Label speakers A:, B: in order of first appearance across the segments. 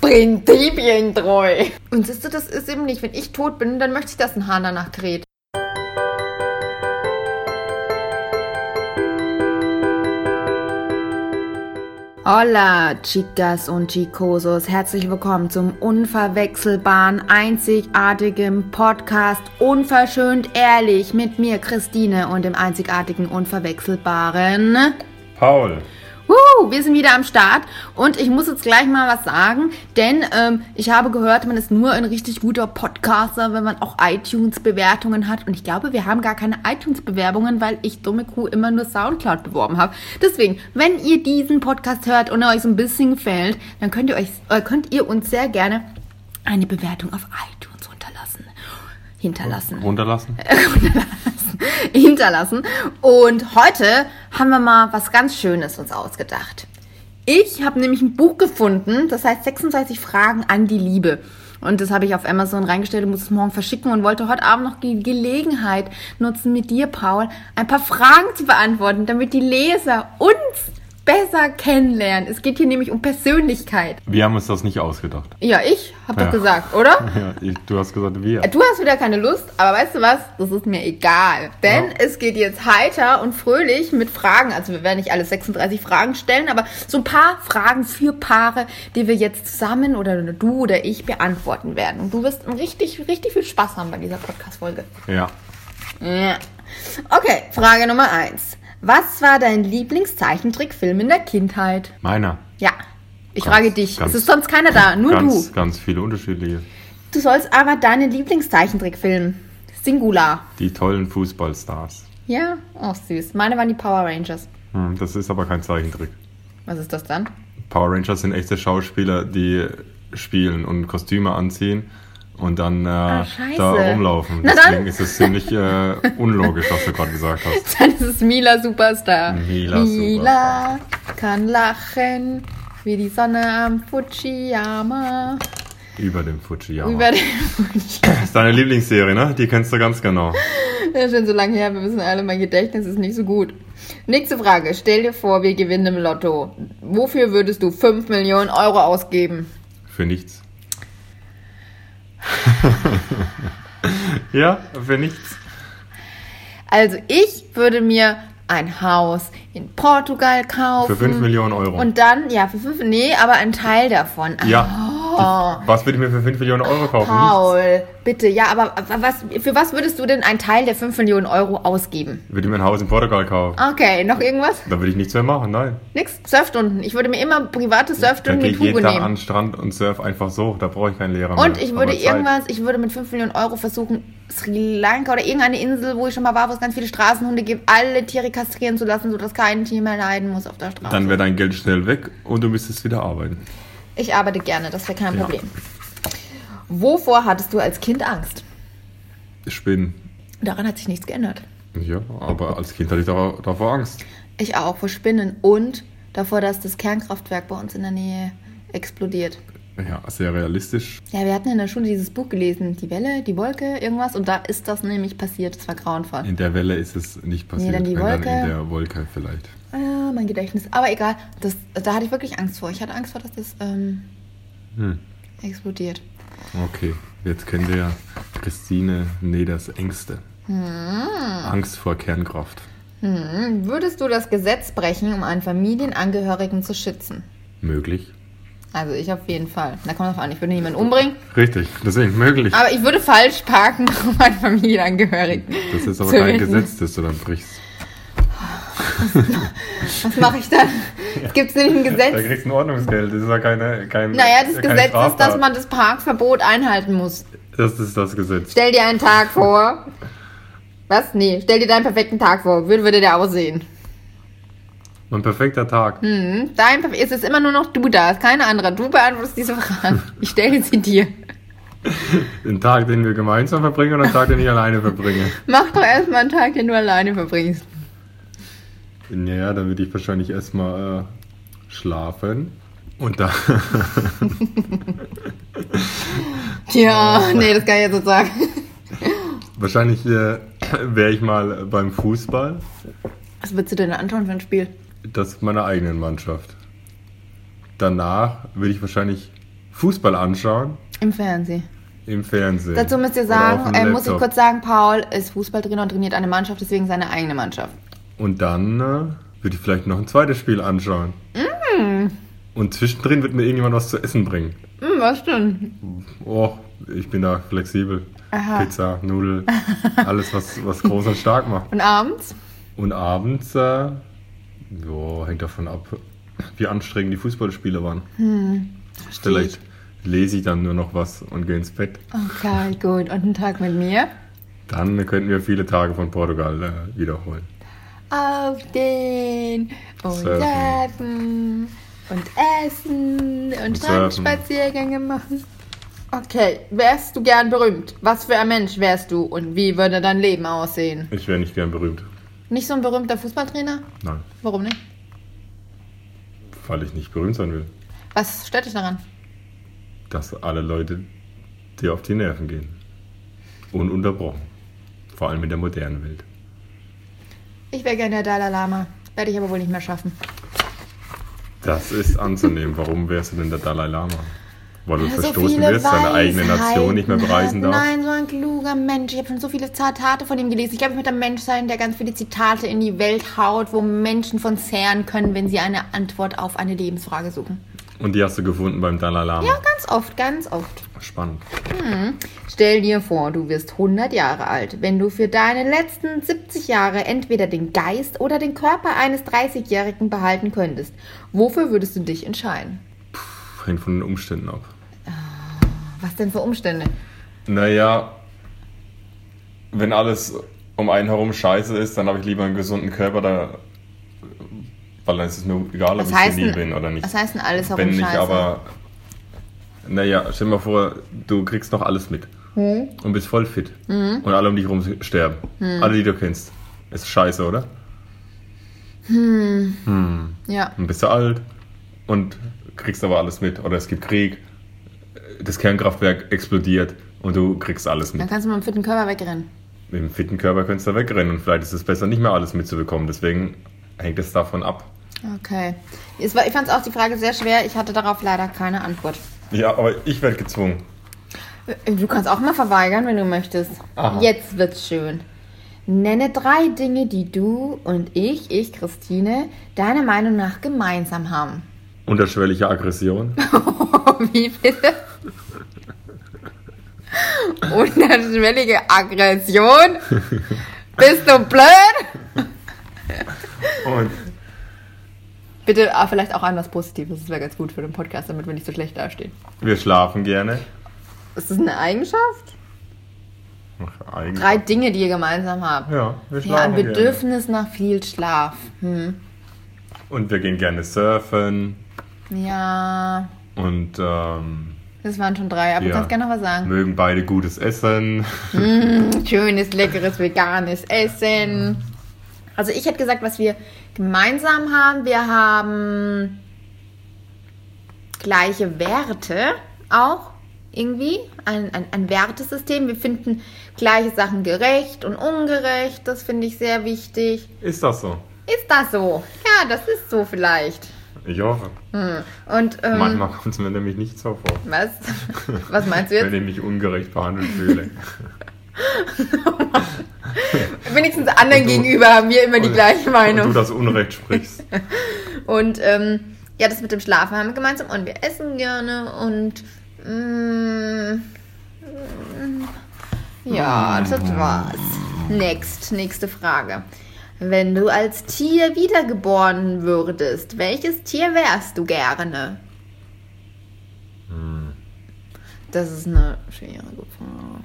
A: Prinzipien treu. Und siehst du, das ist eben nicht. Wenn ich tot bin, dann möchte ich, dass ein Hahn danach dreht. Hola, Chicas und Chicosos. Herzlich willkommen zum unverwechselbaren, einzigartigen Podcast Unverschönt Ehrlich mit mir, Christine, und dem einzigartigen, unverwechselbaren
B: Paul.
A: Wuhu, wir sind wieder am Start und ich muss jetzt gleich mal was sagen, denn ähm, ich habe gehört, man ist nur ein richtig guter Podcaster, wenn man auch iTunes-Bewertungen hat. Und ich glaube, wir haben gar keine iTunes-Bewerbungen, weil ich dumme Kuh immer nur Soundcloud beworben habe. Deswegen, wenn ihr diesen Podcast hört und er euch so ein bisschen gefällt, dann könnt ihr euch äh, könnt ihr uns sehr gerne eine Bewertung auf iTunes runterlassen.
B: Äh.
A: Hinterlassen
B: Runterlassen.
A: hinterlassen. Und heute haben wir mal was ganz Schönes uns ausgedacht. Ich habe nämlich ein Buch gefunden, das heißt 36 Fragen an die Liebe. Und das habe ich auf Amazon reingestellt und muss es morgen verschicken und wollte heute Abend noch die Gelegenheit nutzen, mit dir, Paul, ein paar Fragen zu beantworten, damit die Leser uns besser kennenlernen. Es geht hier nämlich um Persönlichkeit.
B: Wir haben uns das nicht ausgedacht.
A: Ja, ich habe
B: Ja.
A: doch gesagt, oder?
B: Ja, ich, du hast gesagt, wir.
A: Du hast wieder keine Lust, aber weißt du was? Das ist mir egal. Denn
B: Ja.
A: es geht jetzt heiter und fröhlich mit Fragen. Also wir werden nicht alle 36 Fragen stellen, aber so ein paar Fragen für Paare, die wir jetzt zusammen oder du oder ich beantworten werden. Und du wirst richtig, richtig viel Spaß haben bei dieser Podcast-Folge.
B: Ja.
A: Ja. Okay, Frage Nummer eins. Was war dein Lieblingszeichentrickfilm in der Kindheit?
B: Meiner.
A: Ja. Ich
B: Ganz,
A: frage dich.
B: ganz,
A: es ist sonst keiner da, nur
B: ganz,
A: du.
B: ganz viele unterschiedliche.
A: Du sollst aber deinen Lieblingszeichentrickfilm. Singular.
B: Die tollen Fußballstars.
A: Ja, auch süß. Meine waren die Power Rangers.
B: Hm, das ist aber kein Zeichentrick.
A: Was ist das dann?
B: Power Rangers sind echte Schauspieler, die spielen und Kostüme anziehen und dann äh,
A: Ah, scheiße.
B: da rumlaufen.
A: Na dann.
B: Deswegen ist es ziemlich äh, unlogisch, was du gerade gesagt hast.
A: Dann ist es Mila Superstar.
B: Mila
A: Mila kann lachen wie die Sonne am Fujiyama.
B: Über dem Fujiyama.
A: Über den Fujiyama.
B: das ist deine Lieblingsserie, ne? Die kennst du ganz genau.
A: Schon so lange her, wir wissen alle, mein Gedächtnis ist nicht so gut. Nächste Frage. Stell dir vor, wir gewinnen im Lotto. Wofür würdest du 5 Millionen Euro ausgeben?
B: Für nichts. ja, für nichts.
A: Also ich würde mir ein Haus in Portugal kaufen.
B: Für 5 Millionen Euro.
A: Und dann, ja, für fünf, nee, aber ein Teil davon. oh,
B: ja. Ich, was würde ich mir für 5 Millionen Euro kaufen? Nichts.
A: Paul, bitte, ja, aber was, für was würdest du denn einen Teil der 5 Millionen Euro ausgeben?
B: Ich würde mir ein Haus in Portugal kaufen.
A: Okay, noch irgendwas?
B: Da würde ich nichts mehr machen, nein.
A: Nix? Surfstunden. Ich würde mir immer private
B: Dann
A: Surfstunden
B: gehe ich
A: mit Hugo
B: jeden Tag an
A: nehmen.
B: den Strand und surf einfach so. Da brauche ich keinen Lehrer mehr.
A: Und ich würde
B: Aber Zeit.
A: irgendwas, ich würde mit 5 Millionen Euro versuchen, Sri Lanka oder irgendeine Insel, wo ich schon mal war, wo es ganz viele Straßenhunde gibt, alle Tiere kastrieren zu lassen, sodass kein Tier mehr leiden muss auf der Straße.
B: Dann wäre dein Geld schnell weg und du müsstest wieder arbeiten.
A: ich arbeite gerne, das wäre kein
B: Ja.
A: Problem. Wovor hattest du als Kind Angst?
B: Ich bin.
A: Daran hat sich nichts geändert.
B: Ja, aber als Kind hatte ich da- davor Angst.
A: Ich auch, vor Spinnen und davor, dass das Kernkraftwerk bei uns in der Nähe explodiert.
B: Ja, sehr realistisch.
A: Ja, wir hatten in der Schule dieses Buch gelesen, die Welle, die Wolke, irgendwas, und da ist das nämlich passiert. Das war grauenvoll.
B: In der Welle ist es nicht passiert.
A: dann die
B: wenn dann in
A: Wolke.
B: der Wolke vielleicht.
A: Ah, mein Gedächtnis. Aber egal, das, da hatte ich wirklich Angst vor. Ich hatte Angst vor, dass das ähm,
B: Hm.
A: explodiert.
B: Okay, jetzt kennen wir ja Christine Neders Ängste. Angst vor Kernkraft.
A: Hm, würdest du das Gesetz brechen, um einen Familienangehörigen zu schützen?
B: Möglich.
A: Also ich auf jeden Fall. Da kommt drauf an, ich würde niemanden umbringen,
B: Richtig, deswegen möglich.
A: aber ich würde falsch parken, um einen Familienangehörigen
B: das ist aber
A: zu
B: kein
A: retten.
B: Gesetz, das du dann brichst.
A: Was mache ich dann? Es gibt nämlich ein Gesetz.
B: kriegst du ein Ordnungsgeld, das ist ja keine, kein.
A: Naja, das
B: keine
A: Gesetz ist,
B: Straftat.
A: dass man das Parkverbot einhalten muss.
B: Das ist das Gesetz.
A: Stell dir einen Tag vor. Was? Nee, stell dir deinen perfekten Tag vor. Wie würde der aussehen?
B: Ein perfekter Tag.
A: Hm? Dein Perf es ist immer nur noch du da, es ist keine andere. Du beantwortest diese Fragen. Ich stelle sie dir.
B: Den Tag, den wir gemeinsam verbringen und einen Tag, den ich alleine verbringe.
A: Mach doch erstmal einen Tag, den du alleine verbringst.
B: Naja, dann würde ich wahrscheinlich erstmal äh, schlafen. Und da.
A: Tja,
B: Oh.
A: nee, das kann ich jetzt nicht sagen.
B: wahrscheinlich äh, wäre ich mal beim Fußball.
A: Was würdest du denn anschauen für ein Spiel?
B: Das meiner eigenen Mannschaft. danach will ich wahrscheinlich Fußball anschauen
A: Im Fernsehen.
B: im Fernsehen.
A: Dazu müsst ihr
B: Oder auf
A: sagen,
B: dem
A: äh, muss ich
B: Laptop.
A: kurz sagen, Paul ist Fußballtrainer und trainiert eine Mannschaft, deswegen seine eigene Mannschaft.
B: Und dann äh, würde ich vielleicht noch ein zweites Spiel anschauen.
A: Mm.
B: Und zwischendrin wird mir irgendjemand was zu essen bringen.
A: Hm, was denn?
B: Oh, ich bin da flexibel.
A: Aha.
B: Pizza, Nudel, alles, was, was groß und stark macht.
A: Und abends?
B: Und abends, äh, jo, hängt davon ab, wie anstrengend die Fußballspiele waren.
A: Hm,
B: Vielleicht lese ich dann nur noch was und gehe ins Bett.
A: Okay, gut. Und einen Tag mit mir?
B: Dann könnten wir viele Tage von Portugal äh, wiederholen.
A: Auf den und
B: Surfen.
A: surfen und essen und
B: Und surfen.
A: Strandspaziergänge machen. Okay, wärst du gern berühmt? Was für ein Mensch wärst du und wie würde dein Leben aussehen?
B: Ich wäre nicht gern berühmt.
A: Nicht so ein berühmter Fußballtrainer?
B: Nein,
A: Warum nicht?
B: weil ich nicht berühmt sein will.
A: Was stört dich daran?
B: dass alle Leute dir auf die Nerven gehen. Ununterbrochen. Vor allem in der modernen Welt.
A: Ich wäre gerne der Dalai Lama. Werde ich aber wohl nicht mehr schaffen.
B: Das ist anzunehmen. Warum wärst du denn der Dalai Lama? Weil du
A: Ja,
B: verstoßen wirst, deine eigene Nation nicht mehr bereisen
A: Also Weisheiten.
B: darfst?
A: Nein, so ein kluger Mensch. Ich habe schon so viele Zitate von ihm gelesen. Ich glaube, ich möchte ein Mensch sein, der ganz viele Zitate in die Welt haut, wo Menschen von zehren können, wenn sie eine Antwort auf eine Lebensfrage suchen.
B: Und die hast du gefunden beim Dalai Lama.
A: Ja, ganz oft, ganz oft.
B: Spannend.
A: Stell dir vor, du wirst 100 Jahre alt, wenn du für deine letzten 70 Jahre entweder den Geist oder den Körper eines 30-Jährigen behalten könntest. Wofür würdest du dich entscheiden?
B: Hängt von den Umständen ab.
A: Was denn für Umstände?
B: Naja, wenn alles um einen herum scheiße ist, dann habe ich lieber einen gesunden Körper, da, weil dann ist es mir egal, ob
A: Was
B: ich
A: heißt
B: senil
A: denn-
B: bin oder nicht.
A: was heißt denn alles herum
B: Wenn nicht,
A: scheiße?
B: aber. Naja, stell dir mal vor, du kriegst noch alles mit.
A: Hm?
B: Und bist voll fit.
A: Mhm.
B: Und alle um dich herum sterben. Alle, die du kennst. Ist scheiße, oder?
A: Ja.
B: Dann bist du alt und kriegst aber alles mit. Oder es gibt Krieg, das Kernkraftwerk explodiert und du kriegst alles mit.
A: Dann kannst du mit dem fitten Körper wegrennen.
B: Mit dem fitten Körper könntest du da wegrennen und vielleicht ist es besser, nicht mehr alles mitzubekommen. Deswegen hängt es davon ab.
A: Okay. Es war, ich fand auch die Frage sehr schwer. Ich hatte darauf leider keine Antwort. Äh,
B: Ja, aber ich werde gezwungen.
A: Du kannst auch mal verweigern, wenn du möchtest.
B: Aha.
A: Jetzt wird's schön. Nenne drei Dinge, die du und ich, ich, Christine, deiner Meinung nach gemeinsam haben.
B: Unterschwellige Aggression.
A: Wie bitte? Unterschwellige Aggression? Bist du blöd?
B: und
A: Bitte ah, vielleicht auch an was Positives. Das wäre ganz gut für den Podcast, damit wir nicht so schlecht dastehen.
B: wir schlafen gerne.
A: Ist das eine Eigenschaft?
B: Ach, eigentlich-
A: Drei Dinge, die ihr gemeinsam habt.
B: Ja,
A: Ja,
B: wir
A: ein
B: schlafen gerne.
A: Bedürfnis nach viel Schlaf. Hm.
B: Und wir gehen gerne surfen.
A: Ja,
B: Und ähm,
A: das waren schon drei. Aber du
B: Ja.
A: kannst gerne noch was sagen.
B: mögen beide gutes Essen.
A: Schönes, leckeres, veganes Essen. Also ich hätte gesagt, was wir gemeinsam haben. Wir haben gleiche Werte auch irgendwie. Ein, ein, ein Wertesystem. Wir finden gleiche Sachen gerecht und ungerecht. Das finde ich sehr wichtig.
B: Ist das so?
A: Ist das so? Ja, das ist so vielleicht.
B: Ich hoffe.
A: Hm. Und ähm,
B: Manchmal kommt es mir nämlich nicht so vor,
A: Was? Was meinst du
B: wenn
A: jetzt?
B: ich mich ungerecht behandelt fühle.
A: Wenigstens anderen
B: Und du-
A: gegenüber haben wir immer die
B: Und-
A: gleiche
B: Und du
A: Meinung.
B: das Unrecht sprichst.
A: Und ähm, ja, das mit dem Schlafen haben wir gemeinsam und wir essen gerne und mm, mm, ja, das war's. Next, nächste Frage. Wenn du als Tier wiedergeboren würdest, welches Tier wärst du gerne? Das ist eine schwierige Frage.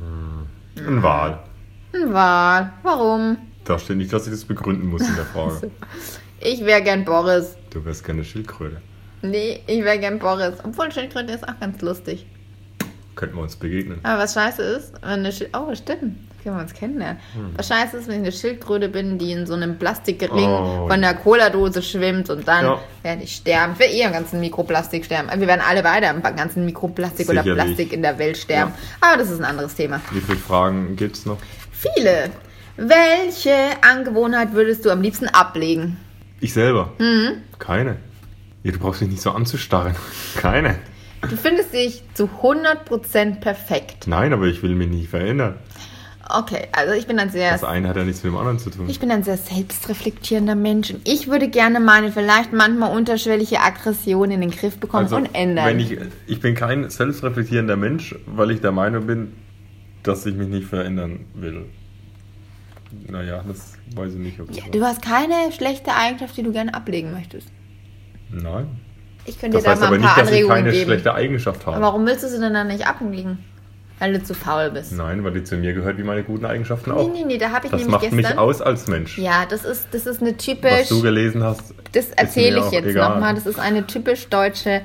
B: Ein Wahl.
A: Ein Wal. Hm, Warum?
B: Da steht nicht, dass ich das begründen muss in der Frage.
A: Ich wäre gern Boris.
B: Du wärst gerne Schildkröte.
A: Nee, ich wäre gern Boris. Obwohl Schildkröte ist auch ganz lustig.
B: Könnten wir uns begegnen.
A: Aber was scheiße ist, wenn eine Schild Oh, stimmt. Können wir uns kennenlernen.
B: Hm.
A: Was scheiße ist, wenn ich eine Schildkröte bin, die in so einem Plastikring
B: Oh.
A: von der Cola-Dose schwimmt und dann
B: Ja.
A: werde ich sterben. Ich werde eh am ganzen Mikroplastik sterben. Wir werden alle beide am ganzen Mikroplastik oder
B: Sicherlich.
A: Plastik in der Welt sterben. Aber das ist ein anderes Thema.
B: Wie viele Fragen gibt es noch?
A: Viele. Welche Angewohnheit würdest du am liebsten ablegen?
B: Ich selber?
A: Mhm.
B: Keine. Ja, du brauchst mich nicht so anzustarren. Keine.
A: Du findest dich zu 100% perfekt.
B: Nein, aber ich will mich nicht verändern.
A: Okay, also ich bin ein sehr
B: Das eine hat ja nichts mit dem anderen zu tun.
A: Ich bin ein sehr selbstreflektierender Mensch und ich würde gerne meine vielleicht manchmal unterschwellige Aggression in den Griff bekommen
B: Also,
A: und ändern.
B: Wenn ich, ich bin kein selbstreflektierender Mensch, weil ich der Meinung bin, dass ich mich nicht verändern will. Naja, das weiß ich nicht. Ob das
A: ja, du hast keine schlechte Eigenschaft, die du gerne ablegen möchtest.
B: Nein.
A: Ich könnte
B: Das
A: dir da
B: heißt
A: mal
B: aber
A: ein paar
B: nicht, dass ich
A: Anregungen
B: keine
A: geben.
B: schlechte Eigenschaft habe.
A: Aber warum willst du sie denn dann nicht ablegen? Weil du zu faul bist.
B: Nein, weil die zu mir gehört wie meine guten Eigenschaften auch.
A: Nee, nee, nee, da habe ich
B: das
A: nämlich
B: macht
A: gestern.
B: mich aus als Mensch.
A: Ja, das ist, das ist eine
B: Was
A: typisch.
B: du gelesen hast,
A: Das erzähle
B: mir
A: ich
B: auch
A: jetzt
B: egal.
A: nochmal. Das ist eine typisch deutsche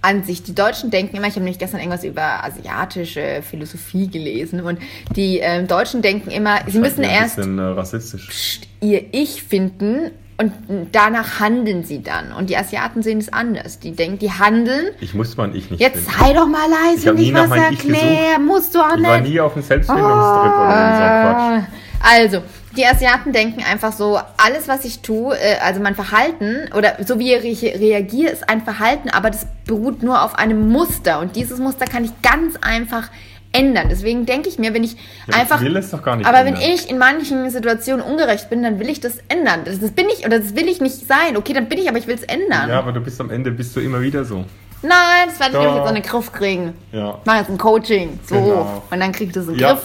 A: Ansicht. Die Deutschen denken immer, ich habe nämlich gestern irgendwas über asiatische Philosophie gelesen und die ähm, Deutschen denken immer, sie
B: scheint
A: müssen
B: mir ein
A: erst
B: bisschen äh, rassistisch.
A: ihr Ich finden und danach handeln sie dann. Und die Asiaten sehen es anders. Die denken, die handeln.
B: Ich muss mein Ich nicht
A: Jetzt
B: finden.
A: sei doch mal
B: Ich
A: leise
B: hab
A: und
B: nie
A: nicht
B: nach
A: was
B: meinem Ich gesucht.
A: erklären. Musst du auch
B: Ich war
A: nicht.
B: nie auf einem Selbstfindungstrip oder so
A: Ah. Also, die Asiaten denken einfach so, alles, was ich tue, äh, also mein Verhalten oder so wie ich re- reagiere, ist ein Verhalten, aber das beruht nur auf einem Muster. Und dieses Muster kann ich ganz einfach ändern. Deswegen denke ich mir, wenn ich
B: Ja, ich
A: einfach.
B: will es doch gar nicht
A: aber
B: ändern.
A: wenn ich in manchen Situationen ungerecht bin, dann will ich das ändern. Das, das bin ich oder das will ich nicht sein. Okay, dann bin ich, aber ich will es ändern.
B: Quatsch. Ja, aber du bist am Ende bist du immer wieder so.
A: Nein, das werde ich nämlich
B: Doch.
A: jetzt in den Griff kriegen.
B: Ja.
A: Ich mache jetzt ein Coaching. So.
B: Genau.
A: Und dann kriegt es einen
B: Ja.
A: Griff.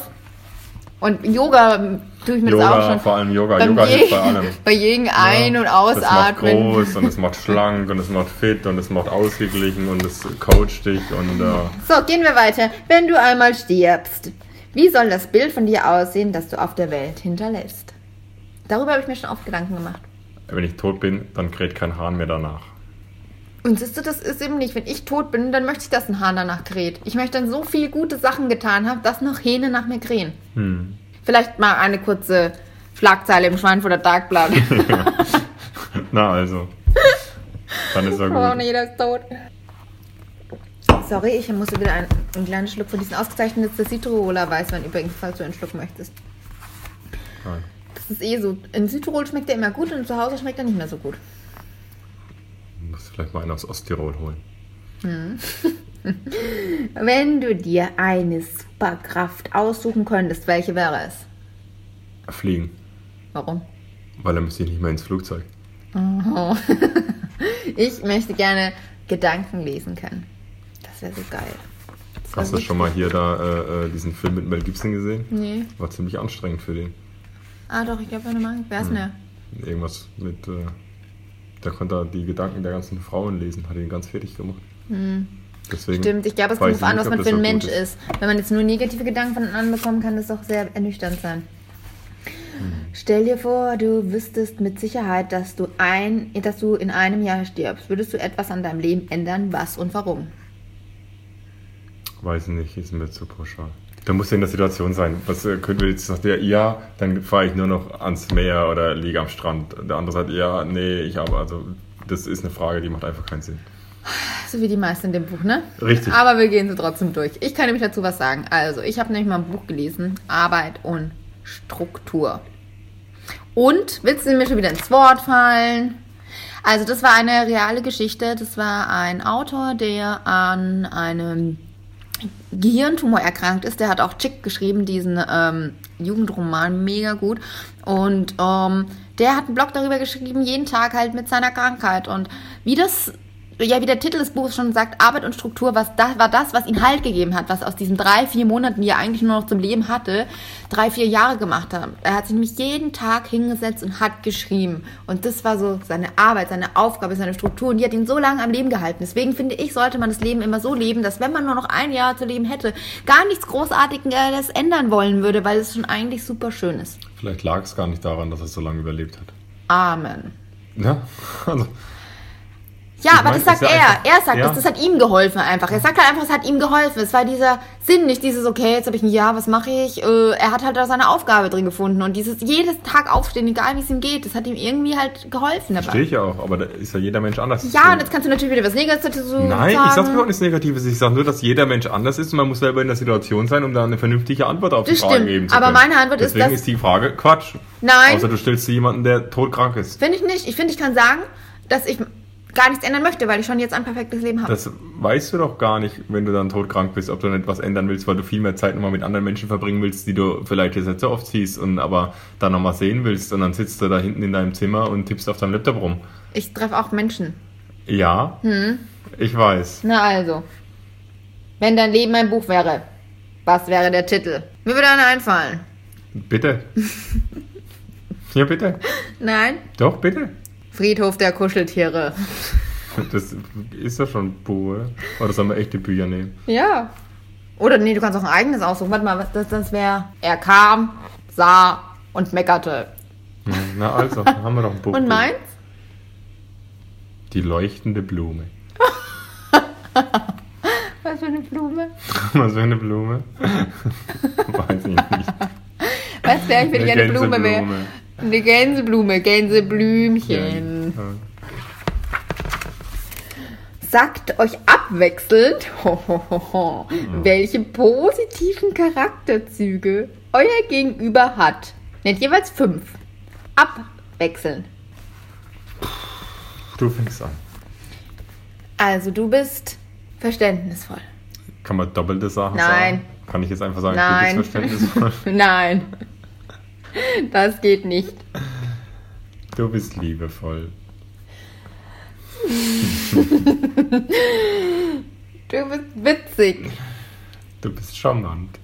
A: Und Yoga ähm, tue ich mir das auch
B: Yoga,
A: schon.
B: vor allem Yoga.
A: beim
B: Yoga hilft bei
A: jeden-
B: allem.
A: bei jedem Ein- und
B: Das macht
A: Ausatmen.
B: groß und es macht schlank und es macht fit und es macht ausgeglichen und es coacht dich und äh,
A: So, gehen wir weiter. Wenn du einmal stirbst, wie soll das Bild von dir aussehen, das du auf der Welt hinterlässt? Darüber habe ich mir schon oft Gedanken gemacht.
B: wenn ich tot bin, dann kräht kein Hahn mehr danach.
A: Und siehst du, das ist eben nicht. Wenn ich tot bin, dann möchte ich, dass ein Hahn danach kräht. Ich möchte dann so viel gute Sachen getan haben, dass noch Hähne nach mir krähen.
B: Hm.
A: Vielleicht mal eine kurze Schlagzeile im Schweinfurter Tagblatt.
B: Na also. Dann ist er
A: Aber auch
B: gut.
A: nicht jeder Oh, ist tot. Sorry, ich musste wieder einen, einen kleinen Schluck von diesem ausgezeichneten Südtiroler Weißwein übrigens, falls du einen Schluck möchtest.
B: Nein.
A: Das ist eh so. In Südtirol schmeckt er immer gut und zu Hause schmeckt er nicht mehr so gut.
B: Du musst vielleicht mal einen aus Osttirol holen.
A: Wenn du dir eine Superkraft aussuchen könntest, welche wäre es?
B: Fliegen.
A: Warum?
B: Weil dann müsste ich nicht mehr ins Flugzeug.
A: Ich möchte gerne Gedanken lesen können. Das wäre so geil. wär
B: Hast du
A: gut.
B: schon mal hier da äh, äh, diesen Film mit Mel Gibson gesehen?
A: Nee.
B: War ziemlich anstrengend für den.
A: Ah doch, ich glaube, meine Meinung. Wer
B: Hm.
A: ist denn der?
B: Irgendwas mit. Äh, da konnte er die Gedanken der ganzen Frauen lesen, hat ihn ganz fertig gemacht. Deswegen
A: Mhm. Stimmt, ich glaube, es
B: weiß
A: kommt drauf an,
B: nicht,
A: was
B: ob
A: man
B: das
A: für ein
B: so
A: Mensch
B: gut
A: ist. Wenn man jetzt nur negative Gedanken von anderen bekommt, kann das doch sehr ernüchternd sein.
B: Hm.
A: Stell dir vor, du wüsstest mit Sicherheit, dass du, ein, dass du in einem Jahr stirbst. Würdest du etwas an deinem Leben ändern? Was und warum?
B: Weiß nicht, ist mir zu pauschal. Da muss ja in der Situation sein. Was äh, können wir jetzt nach der, ja, dann fahre ich nur noch ans Meer oder liege am Strand. Der andere sagt, ja, nee, ich habe. Also, das ist eine Frage, die macht einfach keinen Sinn.
A: So wie die meisten in dem Buch, ne?
B: Richtig.
A: Aber wir gehen sie trotzdem durch. Ich kann nämlich dazu was sagen. Also, ich habe nämlich mal ein Buch gelesen: Arbeit und Struktur. Und, willst du mir schon wieder ins Wort fallen? Also, das war eine reale Geschichte. Das war ein Autor, der an einem Gehirntumor erkrankt ist. Der hat auch Chick geschrieben, diesen ähm, Jugendroman, mega gut. Und ähm, der hat einen Blog darüber geschrieben, jeden Tag halt mit seiner Krankheit. Und wie das, ja, wie der Titel des Buches schon sagt, Arbeit und Struktur, was das war das, was ihn Halt gegeben hat, was aus diesen drei, vier Monaten, die er eigentlich nur noch zum Leben hatte, drei, vier Jahre gemacht hat. Er hat sich nämlich jeden Tag hingesetzt und hat geschrieben. Und das war so seine Arbeit, seine Aufgabe, seine Struktur. Und die hat ihn so lange am Leben gehalten. Deswegen finde ich, sollte man das Leben immer so leben, dass wenn man nur noch ein Jahr zu leben hätte, gar nichts Großartiges äh, ändern wollen würde, weil es schon eigentlich super schön ist.
B: Vielleicht lag es gar nicht daran, dass er so lange überlebt hat.
A: Amen.
B: Ja, also.
A: Ja,
B: Ich
A: aber
B: mein,
A: das sagt
B: ist
A: er.
B: ja einfach-
A: er sagt
B: ja.
A: das. Das hat ihm geholfen einfach. Er sagt halt einfach, es hat ihm geholfen. Es war dieser Sinn, nicht dieses, okay, jetzt habe ich ein Jahr, was mache ich? Äh, er hat halt da seine Aufgabe drin gefunden. Und dieses jedes Tag aufstehen, egal wie es ihm geht, das hat ihm irgendwie halt geholfen
B: Verstehe
A: dabei.
B: ich ja auch, aber da ist ja jeder Mensch anders.
A: Ja, und jetzt kannst du natürlich wieder was Negatives dazu sagen.
B: Nein, ich sage überhaupt nichts Negatives. Ich sage nur, dass jeder Mensch anders ist und man muss selber in der Situation sein, um da eine vernünftige Antwort auf die
A: Das
B: Frage
A: stimmt.
B: geben zu
A: Aber
B: können.
A: meine Antwort ist,
B: Deswegen
A: dass-
B: Deswegen ist die Frage Quatsch.
A: Nein.
B: Außer du stellst sie jemanden, der todkrank ist.
A: Finde ich nicht. Ich finde, ich kann sagen, dass ich gar nichts ändern möchte, weil ich schon jetzt ein perfektes Leben habe.
B: Das weißt du doch gar nicht, wenn du dann todkrank bist, ob du dann etwas ändern willst, weil du viel mehr Zeit nochmal mit anderen Menschen verbringen willst, die du vielleicht jetzt nicht so oft siehst und aber dann nochmal sehen willst und dann sitzt du da hinten in deinem Zimmer und tippst auf deinem Laptop rum.
A: Ich treffe auch Menschen.
B: Ja,
A: Hm.
B: ich weiß.
A: Na also. Wenn dein Leben ein Buch wäre, was wäre der Titel? Mir würde einer einfallen.
B: Bitte. ja, bitte.
A: Nein?
B: Doch, bitte.
A: Friedhof der Kuscheltiere.
B: Das ist ja schon ein Buch, oder? Oder sollen wir echte Bücher nehmen?
A: Ja. Oder nee, du kannst auch ein eigenes aussuchen. Warte mal, was das, das wäre. Er kam, sah und meckerte.
B: Hm, Na also, haben wir doch ein Buch.
A: Und meins?
B: Die leuchtende Blume.
A: Was für eine Blume.
B: Was für eine Blume? Weiß ich nicht.
A: Was wäre ich, wenn ich eine Blume wäre?
B: Gänseblume.
A: Eine Gänseblume, Gänseblümchen. Sagt euch abwechselnd, hohohoho, welche positiven Charakterzüge euer Gegenüber hat. Nennt jeweils fünf. Abwechseln.
B: Du fängst an.
A: Also du bist verständnisvoll.
B: Kann man doppelte Sachen
A: Nein.
B: sagen? Kann ich jetzt einfach sagen,
A: Nein.
B: du bist verständnisvoll,
A: Nein. Das geht nicht.
B: du bist liebevoll.
A: Du bist witzig.
B: Du bist charmant.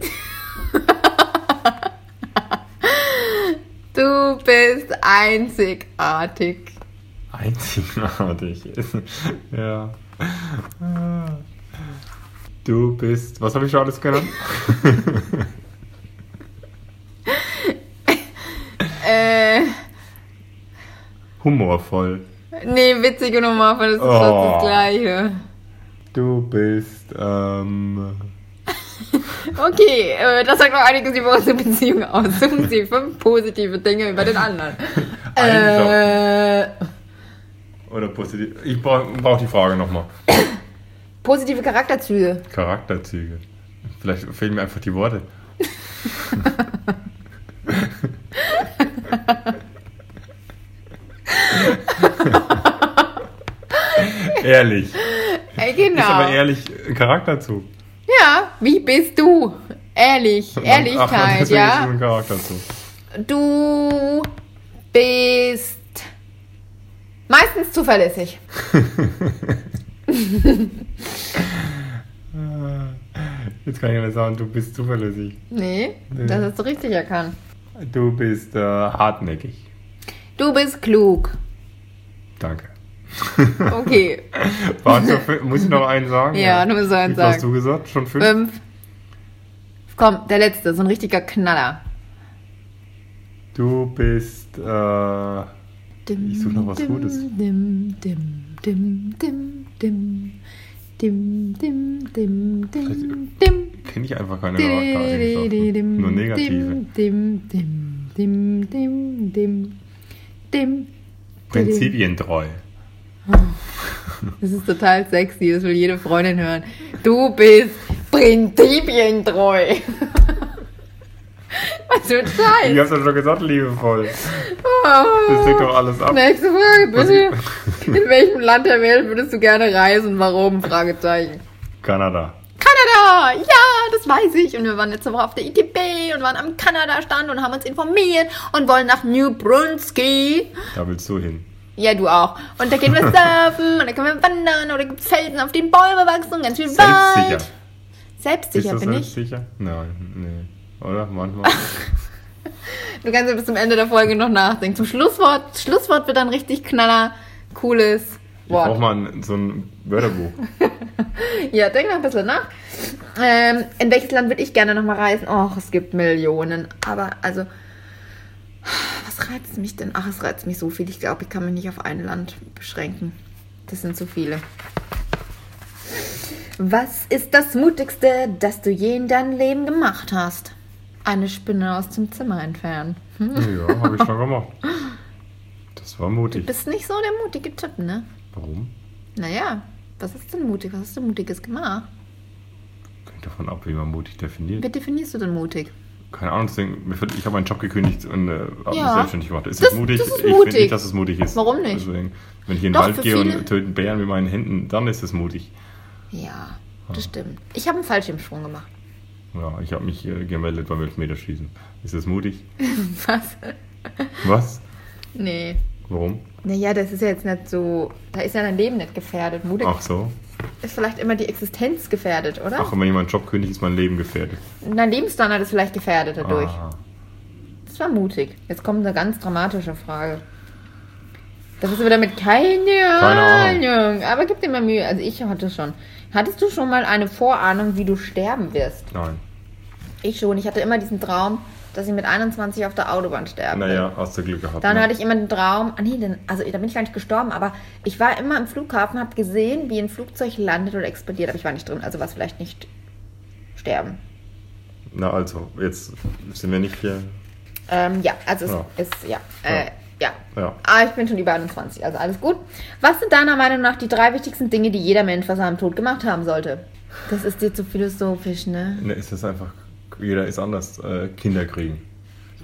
A: Du bist einzigartig.
B: Einzigartig. ja. Du bist. Was habe ich schon alles genannt?
A: Äh,
B: Humorvoll.
A: nee, witzig und humorvoll, das ist
B: Oh.
A: fast das Gleiche.
B: Du bist. Ähm,
A: Okay, äh, das sagt noch einiges über unsere Beziehung aus. Suchen Sie fünf positive Dinge über den anderen.
B: Eigenschaften.
A: Äh,
B: Oder positiv. Ich brauche brauch die Frage nochmal.
A: positive Charakterzüge.
B: Charakterzüge. Vielleicht fehlen mir einfach die Worte. ehrlich.
A: Äh, genau.
B: Ist aber ehrlich ein Charakterzug.
A: Ja, wie bist du? Ehrlich,
B: Ach,
A: Ehrlichkeit,
B: deswegen Ist es
A: ja.
B: ein Charakterzug.
A: Du bist meistens zuverlässig.
B: Jetzt kann ich nicht sagen, du bist zuverlässig.
A: Nee, das hast du richtig erkannt.
B: Du bist äh, hartnäckig.
A: Du bist klug.
B: Danke.
A: Okay.
B: Waren schon fün- muss ich noch einen sagen?
A: Ja, du musst noch einen
B: Wie viel Hast
A: sagen. Ähm.
B: du gesagt? Schon fünf?
A: Fünf. Komm, der letzte, so ein richtiger Knaller.
B: Du bist. Äh, Ich such noch was Gutes.
A: Dim, dim, dim, dim, dim. Dim, dim, dim, dim, dim.
B: Kenne ich einfach keine Charaktereigenschaften.
A: Dim,
B: Nur negative.
A: Dim, dim, dim, dim, dim, dim.
B: Prinzipientreu.
A: Das ist total sexy, das will jede Freundin hören. Du bist prinzipientreu. Was für ein
B: Ich
A: Scheiß.
B: hab's ja schon gesagt, liebevoll. Das deckt
A: Oh.
B: doch alles ab.
A: Nächste Frage,
B: Was-
A: bitte. In welchem Land der Welt würdest du gerne reisen? Warum? Fragezeichen.
B: Kanada.
A: Kanada! Ja, das weiß ich. Und wir waren letzte Woche auf der ITB und waren am Kanada-Stand und haben uns informiert und wollen nach New Brunsky.
B: Da willst du hin.
A: Ja, du auch. Und da gehen wir surfen und da können wir wandern oder gibt Felsen, auf denen Bäume wachsen und ganz viel
B: Selbstsicher.
A: Wald.
B: Bist
A: Selbstsicher
B: du
A: bin ich.
B: selbstsicher? Nein, nee. Oder? Manchmal.
A: Du kannst ja bis zum Ende der Folge noch nachdenken. Zum Schlusswort. Das Schlusswort wird dann richtig knaller, cooles
B: Ich brauch
A: Wort.
B: mal ein, so ein Wörterbuch.
A: Ja, denk noch ein bisschen nach. Ähm, in welches Land würde ich gerne nochmal reisen? Och, es gibt Millionen. Aber also, was reizt mich denn? Ach, es reizt mich so viel. Ich glaube, ich kann mich nicht auf ein Land beschränken. Das sind zu viele. Was ist das Mutigste, das du je in deinem Leben gemacht hast? Eine Spinne aus dem Zimmer entfernen. Hm?
B: Ja, habe ich schon gemacht. Das war mutig.
A: Bist nicht so der mutige Typ, ne?
B: Warum?
A: Naja, was ist denn mutig? Was hast du Mutiges gemacht?
B: Hängt davon ab, wie man mutig definiert.
A: Wie definierst du denn mutig?
B: Keine Ahnung, deswegen, mir fällt- ich habe meinen Job gekündigt und äh, habe mich
A: Ja.
B: selbstständig gemacht. Ist
A: Das-
B: das, mutig?
A: das ist
B: ich
A: mutig.
B: finde nicht, dass es mutig ist.
A: Warum nicht?
B: Deswegen, wenn ich in den
A: Doch,
B: Wald
A: für
B: gehe
A: viele-
B: und töten Bären mit meinen Händen, dann ist es mutig.
A: Ja,
B: Ah.
A: das stimmt. Ich habe einen Fallschirmsprung gemacht.
B: Ja, ich habe mich äh, gemeldet beim Elfmeterschießen. Ist das mutig?
A: Was?
B: Was?
A: Nee.
B: Warum?
A: Naja, das ist ja jetzt nicht so. Da ist ja dein Leben nicht gefährdet. Mutig
B: Ach so.
A: ist vielleicht immer die Existenz gefährdet, oder?
B: Ach, und wenn ich meinen Job kündige, ist mein Leben gefährdet.
A: Dein Lebensstandard ist vielleicht gefährdet dadurch.
B: Ah,
A: Das war mutig. Jetzt kommt eine ganz dramatische Frage. Das ist wieder mit keine,
B: Keine Ahnung.
A: Ahnung. Aber gib dir mal Mühe. Also ich hatte schon. Hattest du schon mal eine Vorahnung, wie du sterben wirst?
B: nein.
A: Ich schon. Ich hatte immer diesen Traum, dass ich mit 21 auf der Autobahn sterbe.
B: Naja, hast du Glück gehabt.
A: Dann
B: ne?
A: hatte ich immer den Traum, ah nee, denn, also da bin ich gar nicht gestorben, aber ich war immer im Flughafen, habe gesehen, wie ein Flugzeug landet oder explodiert, aber ich war nicht drin, also war es vielleicht nicht sterben.
B: Na also, jetzt sind wir nicht hier.
A: Ähm, ja, also es
B: Ja.
A: ist, ja, äh, ja.
B: Ja.
A: Ah, ich bin schon über 21, also alles gut. Was sind deiner Meinung nach die drei wichtigsten Dinge, die jeder Mensch vor seinem Tod gemacht haben sollte? Das ist dir zu philosophisch, ne?
B: Ne, es ist einfach, jeder ist anders. Äh, Kinder kriegen.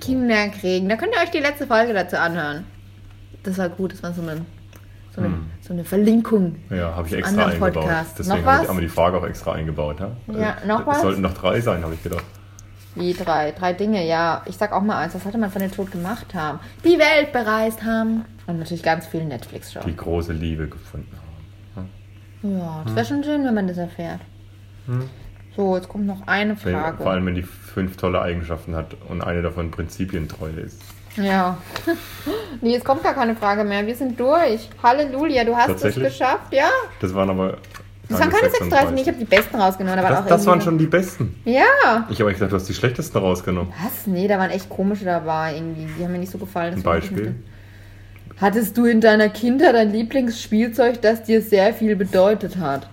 A: Kinder kriegen. Da könnt ihr euch die letzte Folge dazu anhören. Das war gut, das war so eine, so eine,
B: Hm.
A: so eine Verlinkung.
B: Ja, habe ich
A: Zum
B: extra
A: anderen
B: eingebaut.
A: Podcast.
B: Deswegen
A: Noch
B: habe
A: was?
B: ich einmal die Frage auch extra eingebaut. Ja,
A: Ja,
B: Äh,
A: noch was?
B: Es sollten noch drei sein, habe ich gedacht.
A: Wie drei? Drei Dinge, ja. Ich sag auch mal eins, was hatte man von den Tod gemacht haben? Die Welt bereist haben. Und natürlich ganz viel Netflix
B: Die
A: schauen.
B: große Liebe gefunden haben.
A: Ja,
B: Hm.
A: das wäre schon schön, wenn man das erfährt. So, jetzt kommt noch eine
B: Wenn, Hm. vor
A: Frage.
B: allem, wenn die fünf tolle Eigenschaften hat und eine davon prinzipientreu ist.
A: Ja. nee, jetzt kommt gar keine Frage mehr. Wir sind durch. Halleluja, du hast es
B: Tatsächlich?
A: geschafft, ja?
B: Das waren aber.
A: Das waren keine 36, ich habe die besten rausgenommen. Da waren
B: Das,
A: auch
B: das waren
A: irgendwie-
B: schon die besten.
A: Ja.
B: Ich habe eigentlich gedacht, du hast die schlechtesten rausgenommen.
A: Was? Nee, da waren echt komische dabei irgendwie. Die haben mir nicht so gefallen.
B: Ein
A: Das war ein bisschen
B: Beispiel.
A: Hattest du in deiner Kindheit ein Lieblingsspielzeug, das dir sehr viel bedeutet hat?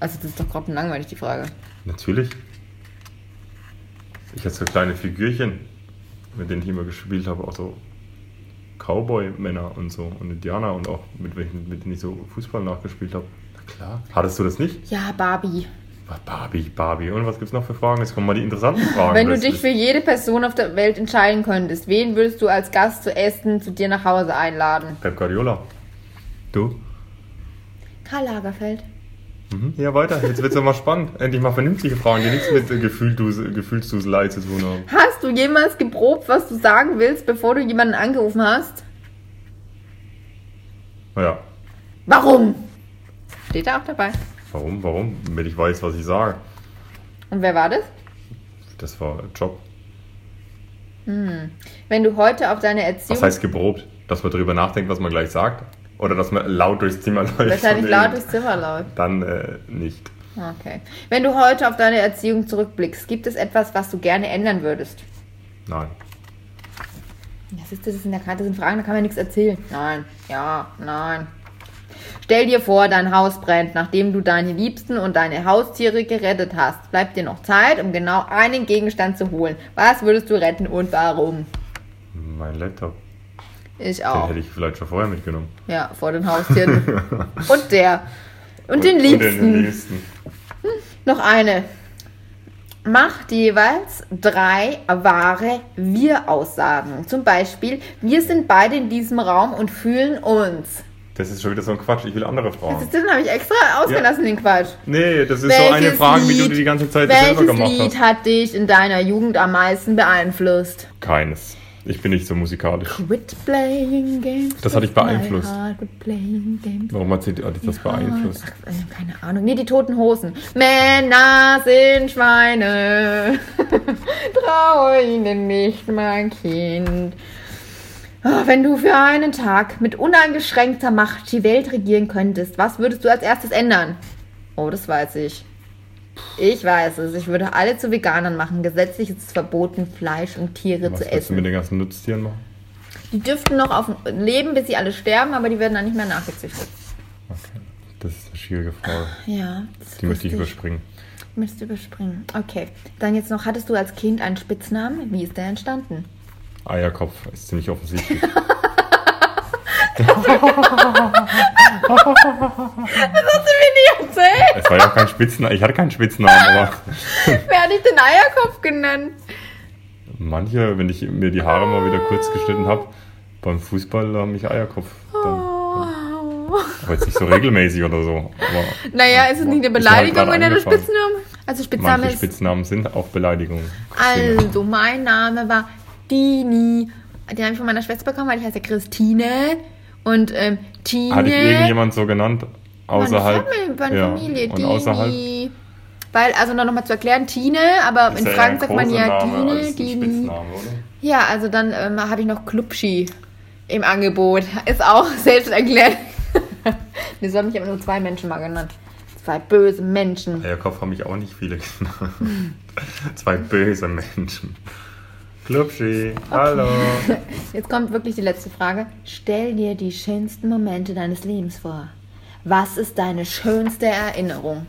A: Also das ist doch gerade langweilig, die Frage.
B: Natürlich. Ich hatte so kleine Figürchen, mit denen ich immer gespielt habe, auch so Cowboy-Männer und so und Indianer und auch mit welchen, mit denen ich so Fußball nachgespielt habe. Na klar. Hattest du das nicht?
A: Ja, Barbie.
B: War Barbie, Barbie. Und was gibt's noch für Fragen? Jetzt kommen mal die interessanten Fragen.
A: Wenn du
B: Ah, Das
A: dich
B: ist-
A: für jede Person auf der Welt entscheiden könntest, wen würdest du als Gast zu essen zu dir nach Hause einladen?
B: Pep Guardiola. Du?
A: Karl Lagerfeld.
B: Mhm. Ja, weiter. Jetzt wird's doch mal spannend. Endlich mal vernünftige Fragen, die nichts mit äh, Gefühlduse- Gefühlsduselei zu tun haben.
A: Hast du jemals geprobt, was du sagen willst, bevor du jemanden angerufen hast?
B: Naja,
A: Warum? Steht da auch dabei.
B: warum, warum? Wenn ich weiß, was ich sage.
A: Und wer war das?
B: Das war Job.
A: Wenn du heute auf deine Erziehung
B: Was heißt geprobt? Dass man darüber nachdenkt, was man gleich sagt? Oder dass man laut durchs Zimmer läuft?
A: wahrscheinlich
B: und
A: laut
B: irgend-
A: durchs Zimmer läuft.
B: Dann äh, nicht.
A: Ah, Okay. Wenn du heute auf deine Erziehung zurückblickst, gibt es etwas, was du gerne ändern würdest?
B: Nein.
A: Das ist das ist in der Karte, das sind Fragen, da kann man nichts erzählen. Nein, ja, nein. Stell dir vor, dein Haus brennt, nachdem du deine Liebsten und deine Haustiere gerettet hast. Bleibt dir noch Zeit, um genau einen Gegenstand zu holen. Was würdest du retten und warum?
B: Mein Laptop.
A: Ich
B: Den
A: auch.
B: hätte ich vielleicht schon vorher mitgenommen.
A: Ja, vor den Haustieren. und der. Und, den
B: Und den
A: Liebsten.
B: Liebsten.
A: Noch eine. Macht jeweils drei wahre Wir-Aussagen. Zum Beispiel, wir sind beide in diesem Raum und fühlen uns.
B: Das ist schon wieder so ein Quatsch. Ich will andere Fragen.
A: Das ist- Den habe ich extra ausgelassen, den Quatsch.
B: nee, das ist so eine Frage, wie du dir die ganze Zeit selber
A: welches
B: gemacht
A: Lied
B: hast.
A: hat dich in deiner Jugend am meisten beeinflusst?
B: Keines. Ich bin nicht so musikalisch.
A: Quit playing games.
B: Das hat dich
A: with my
B: beeinflusst.
A: heart, quit playing games.
B: Warum hat sie hat dich das beeinflusst?
A: Ach, äh, keine Ahnung. Nee, die toten Hosen. Männer sind Schweine. Trau ihnen nicht, mein Kind. Ah, Wenn du für einen Tag mit uneingeschränkter Macht die Welt regieren könntest, was würdest du als erstes ändern? Oh, das weiß ich. Ich weiß es. Ich würde alle zu Veganern machen. Gesetzlich ist es verboten, Fleisch und Tiere
B: Was
A: zu
B: willst du
A: essen.
B: mit den ganzen Nutztieren machen?
A: Die dürften noch auf leben, bis sie alle sterben, aber die werden dann nicht mehr nachgezüchtet.
B: Okay. eine schwierige Frage.
A: Ja. das
B: Die möchte ich
A: wusste
B: überspringen.
A: Müsst ihr überspringen. Okay. Dann jetzt noch, hattest du als Kind einen Spitznamen? Wie ist der entstanden?
B: Eierkopf ist ziemlich offensichtlich.
A: Hast du mir nicht erzählt?
B: Es war ja auch kein Spitznamen. Ich hatte keinen Spitznamen, aber
A: Wer hat dich den Eierkopf genannt?
B: manche, wenn ich mir die Haare mal wieder kurz geschnitten habe, beim Fußball haben mich Eierkopf. Dann,
A: Wow.
B: aber jetzt nicht so regelmäßig oder so. Aber
A: Naja, ist es nicht eine
B: Ist mir halt
A: Beleidigung,
B: gerade
A: wenn er den
B: eingefallen.
A: Spitznamen... Also Spitzname
B: manche
A: ist...
B: Spitznamen sind auch Beleidigungen. Christine.
A: Also, mein Name war Dini. Den habe ich von meiner Schwester bekommen, weil ich heiße Christine. Und ähm, Tine...
B: Hat dich irgendjemand so genannt? Außerhalb.
A: Meine Familie, meine
B: ja,
A: Familie
B: und
A: Dini.
B: außerhalb.
A: Weil, also noch mal zu erklären, Tine, aber in
B: Ist ja eher
A: Franken
B: ein
A: sagt man ja
B: Kosename
A: Dine,
B: als ein
A: Dini.
B: Spitzname, oder?
A: Ja, also dann ähm, habe ich noch Klubschi im Angebot. Ist auch selbst erklärt. Die sollen mich aber nur zwei Menschen mal genannt. Zwei böse Menschen.
B: Eierkopf haben mich auch nicht viele genannt. Zwei böse Menschen. Klubschi, hallo.
A: Jetzt kommt wirklich die letzte Frage. Stell dir die schönsten Momente deines Lebens vor. Was ist deine schönste Erinnerung?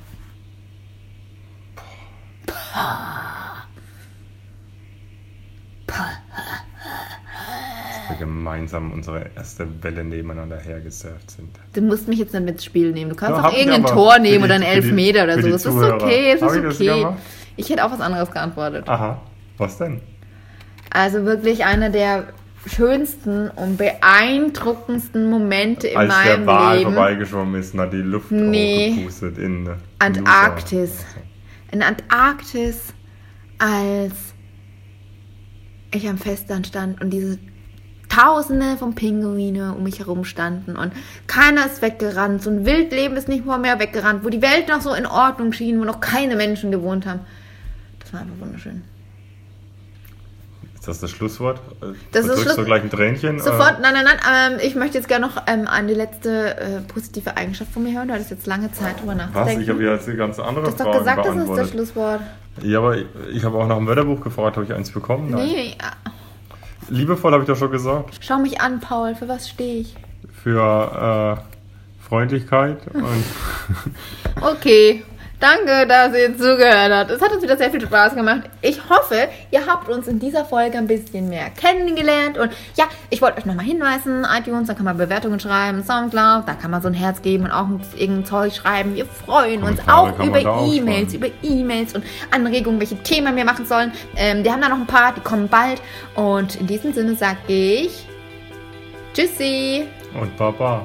B: Wir gemeinsam unsere erste Welle nebeneinander hergesurft sind.
A: Du musst mich jetzt nicht ins Spiel nehmen. Du kannst
B: Ja,
A: auch
B: hab ich
A: irgendein
B: aber.
A: Tor
B: Für
A: nehmen
B: die-
A: oder einen
B: für die-
A: Elfmeter oder
B: für
A: so.
B: die
A: Es ist
B: Zuhörer.
A: okay, es
B: Hab
A: ist
B: ich das
A: okay.
B: gemacht?
A: Ich hätte auch was anderes geantwortet.
B: Aha, was denn?
A: Also wirklich einer der schönsten und beeindruckendsten Momente in
B: Als der
A: meinem
B: Wal
A: Leben.
B: vorbeigeschwommen ist und hat die Luft
A: Nee.
B: aufgepustet in äh,
A: Antarktis.
B: Utah.
A: In Antarktis, als ich am Festland stand und diese Tausende von Pinguine um mich herum standen und keiner ist weggerannt. So ein Wildleben ist nicht mal mehr weggerannt, wo die Welt noch so in Ordnung schien, wo noch keine Menschen gewohnt haben. Das war einfach wunderschön.
B: Ist das das Schlusswort? Äh,
A: Das ist
B: Verdrückst
A: Schluss-
B: du gleich ein Tränchen? Äh,
A: Sofort, nein, nein, nein. Ähm, ich möchte jetzt gerne noch ähm, an die letzte äh, positive Eigenschaft von mir hören. Du hattest jetzt lange Zeit drüber
B: Äh, was?
A: nachzudenken.
B: Ich habe ja jetzt eine ganz andere
A: du hast doch
B: Frage
A: gesagt, das ist
B: beantwortet.
A: das Schlusswort.
B: ja, aber ich, ich habe auch nach dem Wörterbuch gefragt, habe ich eins bekommen? Nein.
A: Nee, ja.
B: Liebevoll habe ich doch schon gesagt.
A: schau mich an, Paul. Für was stehe ich?
B: Für äh, Freundlichkeit und
A: Okay. Danke, dass ihr zugehört habt. Es hat uns wieder sehr viel Spaß gemacht. Ich hoffe, ihr habt uns in dieser Folge ein bisschen mehr kennengelernt. Und ja, ich wollte euch nochmal hinweisen, iTunes, da kann man Bewertungen schreiben, Soundcloud, da kann man so ein Herz geben und auch irgendein Zeug schreiben. Wir freuen uns
B: Kommentare
A: auch
B: kann man
A: über
B: da auch
A: E-Mails,
B: schreiben.
A: über E-Mails und Anregungen, welche Themen wir machen sollen. Ähm, wir haben da noch ein paar, die kommen bald. Und in diesem Sinne sage ich Tschüssi!
B: Und Papa.